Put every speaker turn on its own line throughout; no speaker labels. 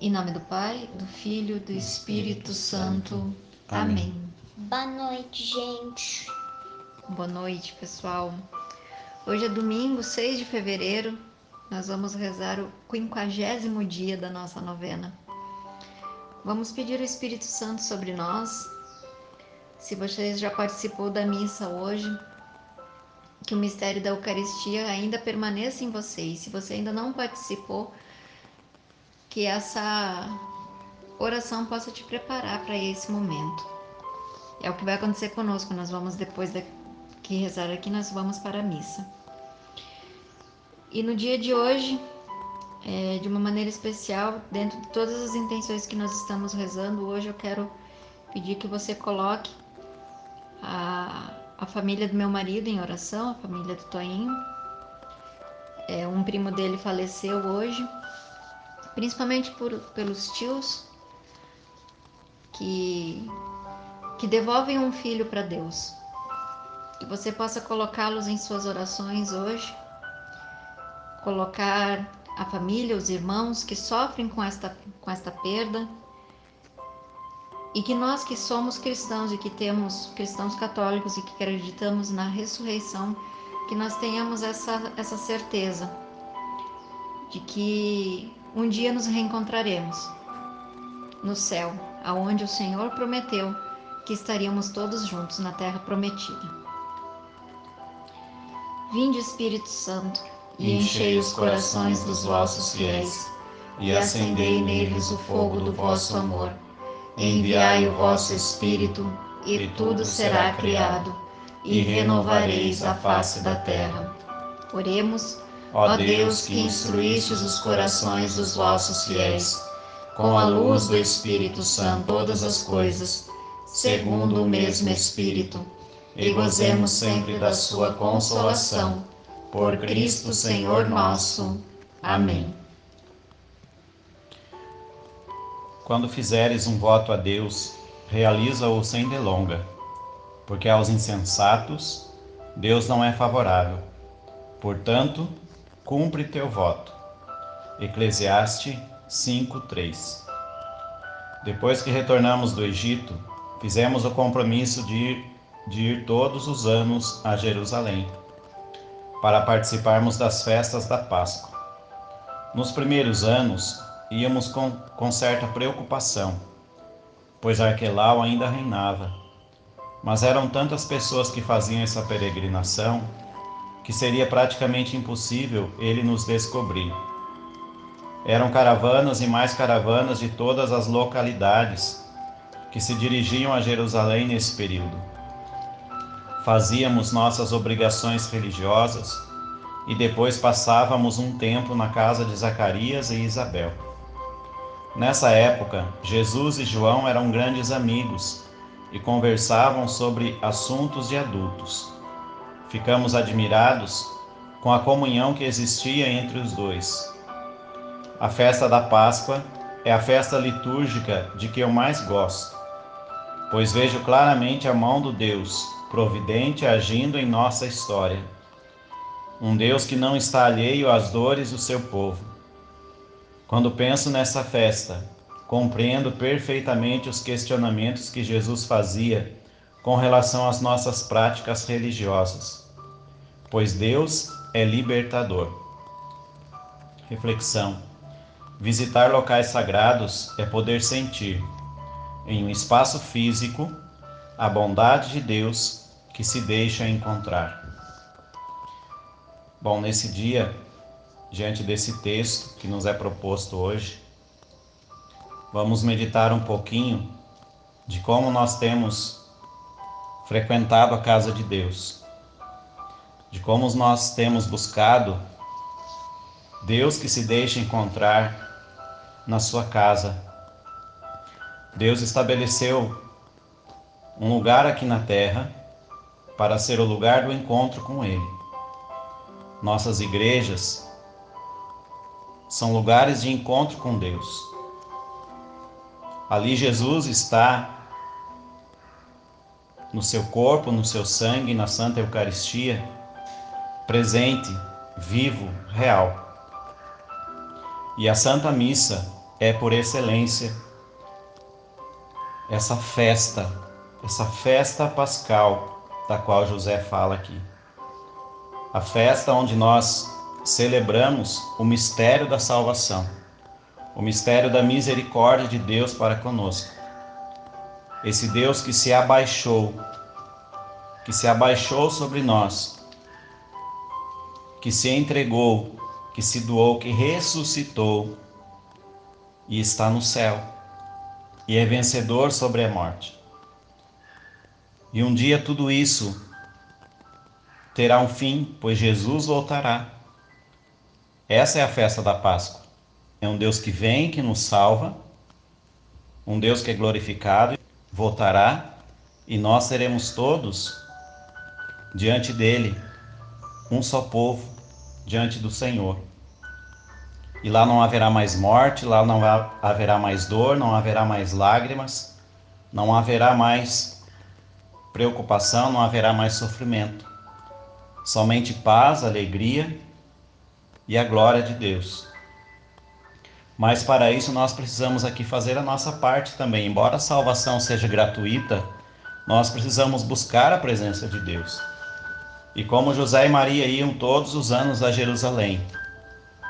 Em nome do Pai, do Filho, do Espírito Santo. Amém.
Boa noite, gente.
Boa noite, pessoal. Hoje é domingo, 6 de fevereiro. Nós vamos rezar o quinquagésimo dia da nossa novena. Vamos pedir o Espírito Santo sobre nós. Se vocês já participou da missa hoje, que o mistério da Eucaristia ainda permaneça em vocês. Se você ainda não participou, que essa oração possa te preparar para esse momento. É o que vai acontecer conosco. Nós vamos depois da, que rezar aqui, nós vamos para a missa. E no dia de hoje, é, de uma maneira especial, dentro de todas as intenções que nós estamos rezando, hoje eu quero pedir que você coloque a, a família do meu marido em oração, a família do Toinho. É, um primo dele faleceu hoje, principalmente por, pelos tios que, que devolvem um filho para Deus. Que você possa colocá-los em suas orações hoje, colocar a família, os irmãos que sofrem com esta, com esta perda e que nós que somos cristãos e que temos cristãos católicos e que acreditamos na ressurreição, que nós tenhamos essa, essa certeza de que um dia nos reencontraremos no céu, aonde o Senhor prometeu que estaríamos todos juntos na terra prometida. Vinde Espírito Santo, e enchei os corações dos vossos fiéis, e acendei neles o fogo do vosso amor. Enviai o vosso Espírito, e tudo será criado, e renovareis a face da terra. Oremos, ó Deus que instruístes os corações dos vossos fiéis, com a luz do Espírito Santo todas as coisas, segundo o mesmo Espírito, e gozemos sempre da sua consolação. Por Cristo Senhor nosso. Amém.
Quando fizeres um voto a Deus, realiza-o sem delonga, porque aos insensatos Deus não é favorável. Portanto, cumpre teu voto. Eclesiastes 5:3. Depois que retornamos do Egito, fizemos o compromisso de ir, de ir todos os anos a Jerusalém, para participarmos das festas da Páscoa. Nos primeiros anos, íamos com, com, certa preocupação, pois Arquelau ainda reinava. Mas eram tantas pessoas que faziam essa peregrinação que seria praticamente impossível ele nos descobrir. Eram caravanas e mais caravanas de todas as localidades que se dirigiam a Jerusalém nesse período. Fazíamos nossas obrigações religiosas e depois passávamos um tempo na casa de Zacarias e Isabel. Nessa época, Jesus e João eram grandes amigos e conversavam sobre assuntos de adultos. Ficamos admirados com a comunhão que existia entre os dois. A festa da Páscoa é a festa litúrgica de que eu mais gosto, pois vejo claramente a mão do Deus providente agindo em nossa história. Um Deus que não está alheio às dores do seu povo. Quando penso nessa festa, compreendo perfeitamente os questionamentos que Jesus fazia com relação às nossas práticas religiosas, pois Deus é libertador. Reflexão: Visitar locais sagrados é poder sentir, em um espaço físico, a bondade de Deus que se deixa encontrar. Bom, nesse dia, diante desse texto que nos é proposto hoje, vamos meditar um pouquinho de como nós temos frequentado a casa de Deus, de como nós temos buscado Deus que se deixa encontrar na sua casa. Deus estabeleceu um lugar aqui na terra para ser o lugar do encontro com Ele. Nossas igrejas são lugares de encontro com Deus. Ali Jesus está no seu corpo, no seu sangue, na Santa Eucaristia, presente, vivo, real. E a Santa Missa é por excelência essa festa, essa festa pascal da qual José fala aqui. A festa onde nós celebramos o mistério da salvação, o mistério da misericórdia de Deus para conosco. Esse Deus que se abaixou, que se abaixou sobre nós, que se entregou, que se doou, que ressuscitou e está no céu e é vencedor sobre a morte. E um dia tudo isso terá um fim, pois Jesus voltará. Essa é a festa da Páscoa. É um Deus que vem, que nos salva, um Deus que é glorificado, voltará e nós seremos todos diante dele, um só povo, diante do Senhor. E lá não haverá mais morte, lá não haverá mais dor, não haverá mais lágrimas, não haverá mais preocupação, não haverá mais sofrimento. Somente paz, alegria e a glória de Deus. Mas para isso nós precisamos aqui fazer a nossa parte também. Embora a salvação seja gratuita, nós precisamos buscar a presença de Deus. E como José e Maria iam todos os anos a Jerusalém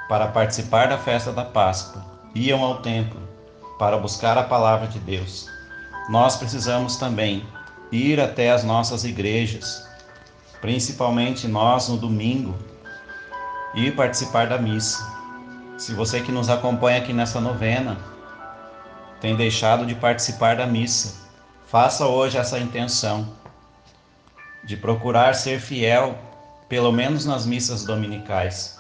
para participar da festa da Páscoa, iam ao templo para buscar a palavra de Deus, nós precisamos também ir até as nossas igrejas, principalmente nós no domingo, e participar da missa. Se você que nos acompanha aqui nessa novena tem deixado de participar da missa, faça hoje essa intenção de procurar ser fiel, pelo menos nas missas dominicais,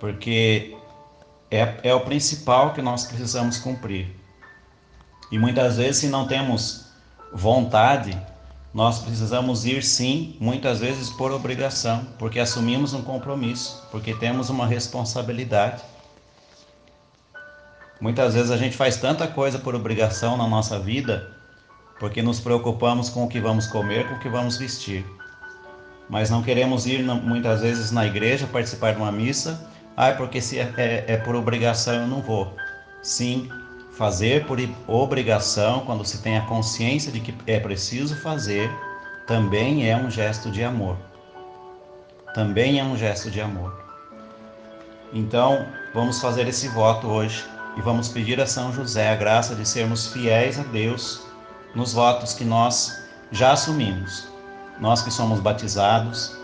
porque é, é o principal que nós precisamos cumprir. E muitas vezes, se não temos vontade, nós precisamos ir sim, muitas vezes por obrigação, porque assumimos um compromisso, porque temos uma responsabilidade. Muitas vezes a gente faz tanta coisa por obrigação na nossa vida, porque nos preocupamos com o que vamos comer, com o que vamos vestir. Mas não queremos ir muitas vezes na igreja participar de uma missa, ai, ah, porque se é, é, é por obrigação eu não vou. Sim, fazer por obrigação, quando se tem a consciência de que é preciso fazer, também é um gesto de amor. Também é um gesto de amor. Então, vamos fazer esse voto hoje e vamos pedir a São José a graça de sermos fiéis a Deus nos votos que nós já assumimos. Nós que somos batizados,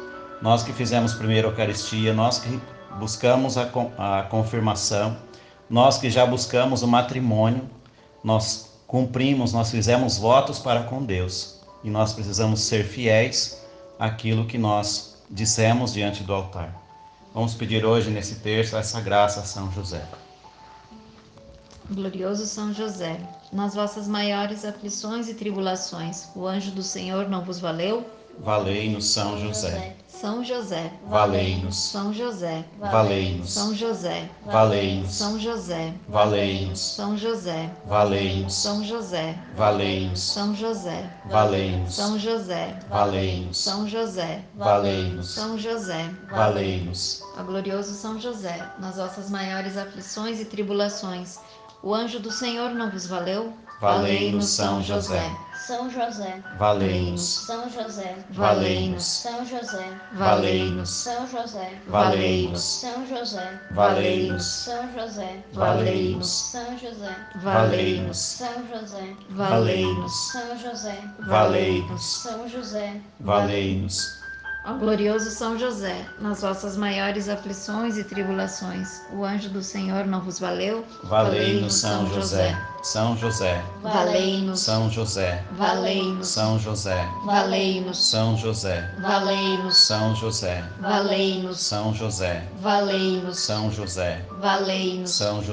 nós que fizemos primeiro a Eucaristia, nós que buscamos a, a confirmação nós que já buscamos o matrimônio, nós cumprimos, nós fizemos votos para com Deus e nós precisamos ser fiéis àquilo que nós dissemos diante do altar. Vamos pedir hoje nesse texto essa graça a São José.
Glorioso São José, nas vossas maiores aflições e tribulações, o anjo do Senhor não vos valeu?
Valei-nos, São José.
São José,
Valei-nos.
São José,
Valei-nos.
São José,
Valei-nos.
São José,
Valei-nos.
São José,
Valei-nos.
São José,
Valei-nos.
São José,
Valei-nos.
São José,
Valei-nos.
São José,
Valei-nos.
São José,
Valei-nos.
Ó glorioso São José, nas vossas maiores aflições e tribulações, o anjo do Senhor não vos valeu?
Valei-nos, São José.
São José,
Valei-nos.
São José,
Valei-nos.
São José,
Valei-nos.
São José,
Valei-nos.
São José,
Valei-nos.
São José,
Valei-nos.
São José,
Valei-nos.
São José,
Valei-nos.
São José,
Valei-nos.
São José,
Valei-nos.
Ó glorioso São José, nas vossas maiores aflições e tribulações, o anjo do Senhor não vos valeu?
Valei-nos, São José. São José.
Valei-nos,
São José.
valei-nos,
São José.
valei-nos,
São José.
valei-nos,
São José.
valei-nos,
São José.
valei-nos,
São José.
valei-nos,
São José.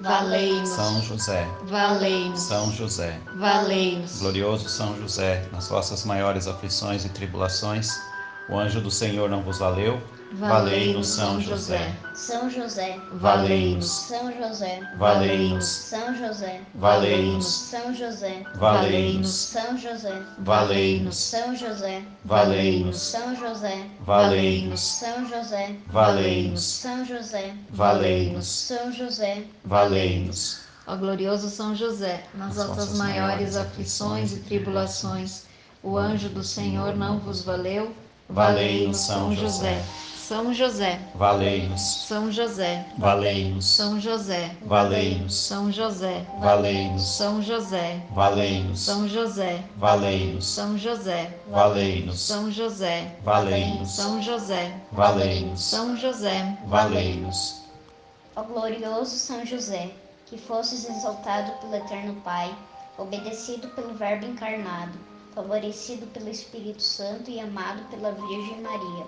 valei-nos,
São José.
valei-nos,
São José.
valei-nos,
Glorioso São José, nas vossas maiores aflições e tribulações, O anjo do Senhor não vos valeu? Valei-nos, São José.
São José,
Valei-nos,
São José,
valei-nos,
São José,
valei-nos,
São José,
valei-nos,
São José,
valei-nos,
São José,
valei-nos,
São José,
valei-nos,
São José,
valei-nos,
São José,
valei-nos,
São José,
valei-nos.
Ó glorioso São José, nas
Nas
vossas
vossas
maiores
maiores
aflições e
aflições e
tribulações, o anjo do Senhor não vos valeu.
Valei-nos,
Valei-nos,
São José.
São José,
Valei-nos,
São José,
valei-nos,
São José,
valei-nos,
São José,
valei-nos,
São José,
valei-nos,
São José,
valei-nos,
São José,
valei-nos,
São José,
valei-nos,
São José,
valei-nos,
São José,
valei-nos.
Ó glorioso São José, que fostes exaltado pelo Eterno Pai, obedecido pelo Verbo encarnado, favorecido pelo Espírito Santo e amado pela Virgem Maria.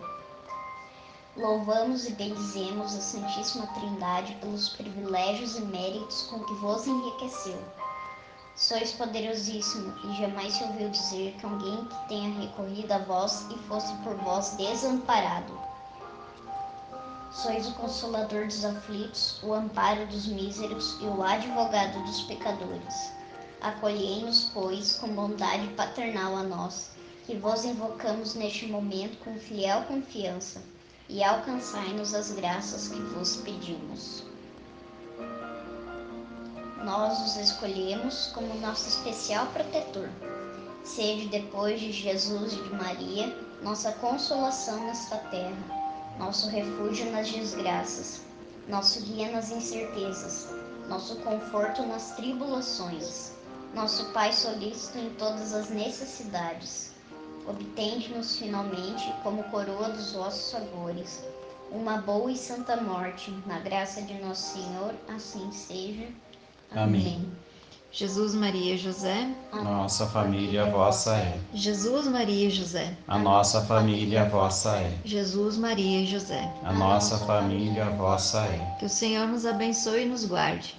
Louvamos e bendizemos a Santíssima Trindade pelos privilégios e méritos com que vos enriqueceu. Sois poderosíssimo e jamais se ouviu dizer que alguém que tenha recorrido a vós e fosse por vós desamparado. Sois o consolador dos aflitos, o amparo dos míseros e o advogado dos pecadores. Acolhei-nos, pois, com bondade paternal a nós, que vos invocamos neste momento com fiel confiança, e alcançai-nos as graças que vos pedimos. Nós os escolhemos como nosso especial protetor. Sede depois de Jesus e de Maria, nossa consolação nesta terra nosso refúgio nas desgraças, nosso guia nas incertezas, nosso conforto nas tribulações, nosso Pai solícito em todas as necessidades. Obtende-nos finalmente, como coroa dos vossos favores, uma boa e santa morte, na graça de nosso Senhor, assim seja.
Amém.
Jesus, Maria e José,
Nossa família vossa é,
Jesus, Maria e José,
a nossa família vossa é,
Jesus, Maria e José.
a nossa família vossa é.
Que o Senhor nos abençoe e nos guarde.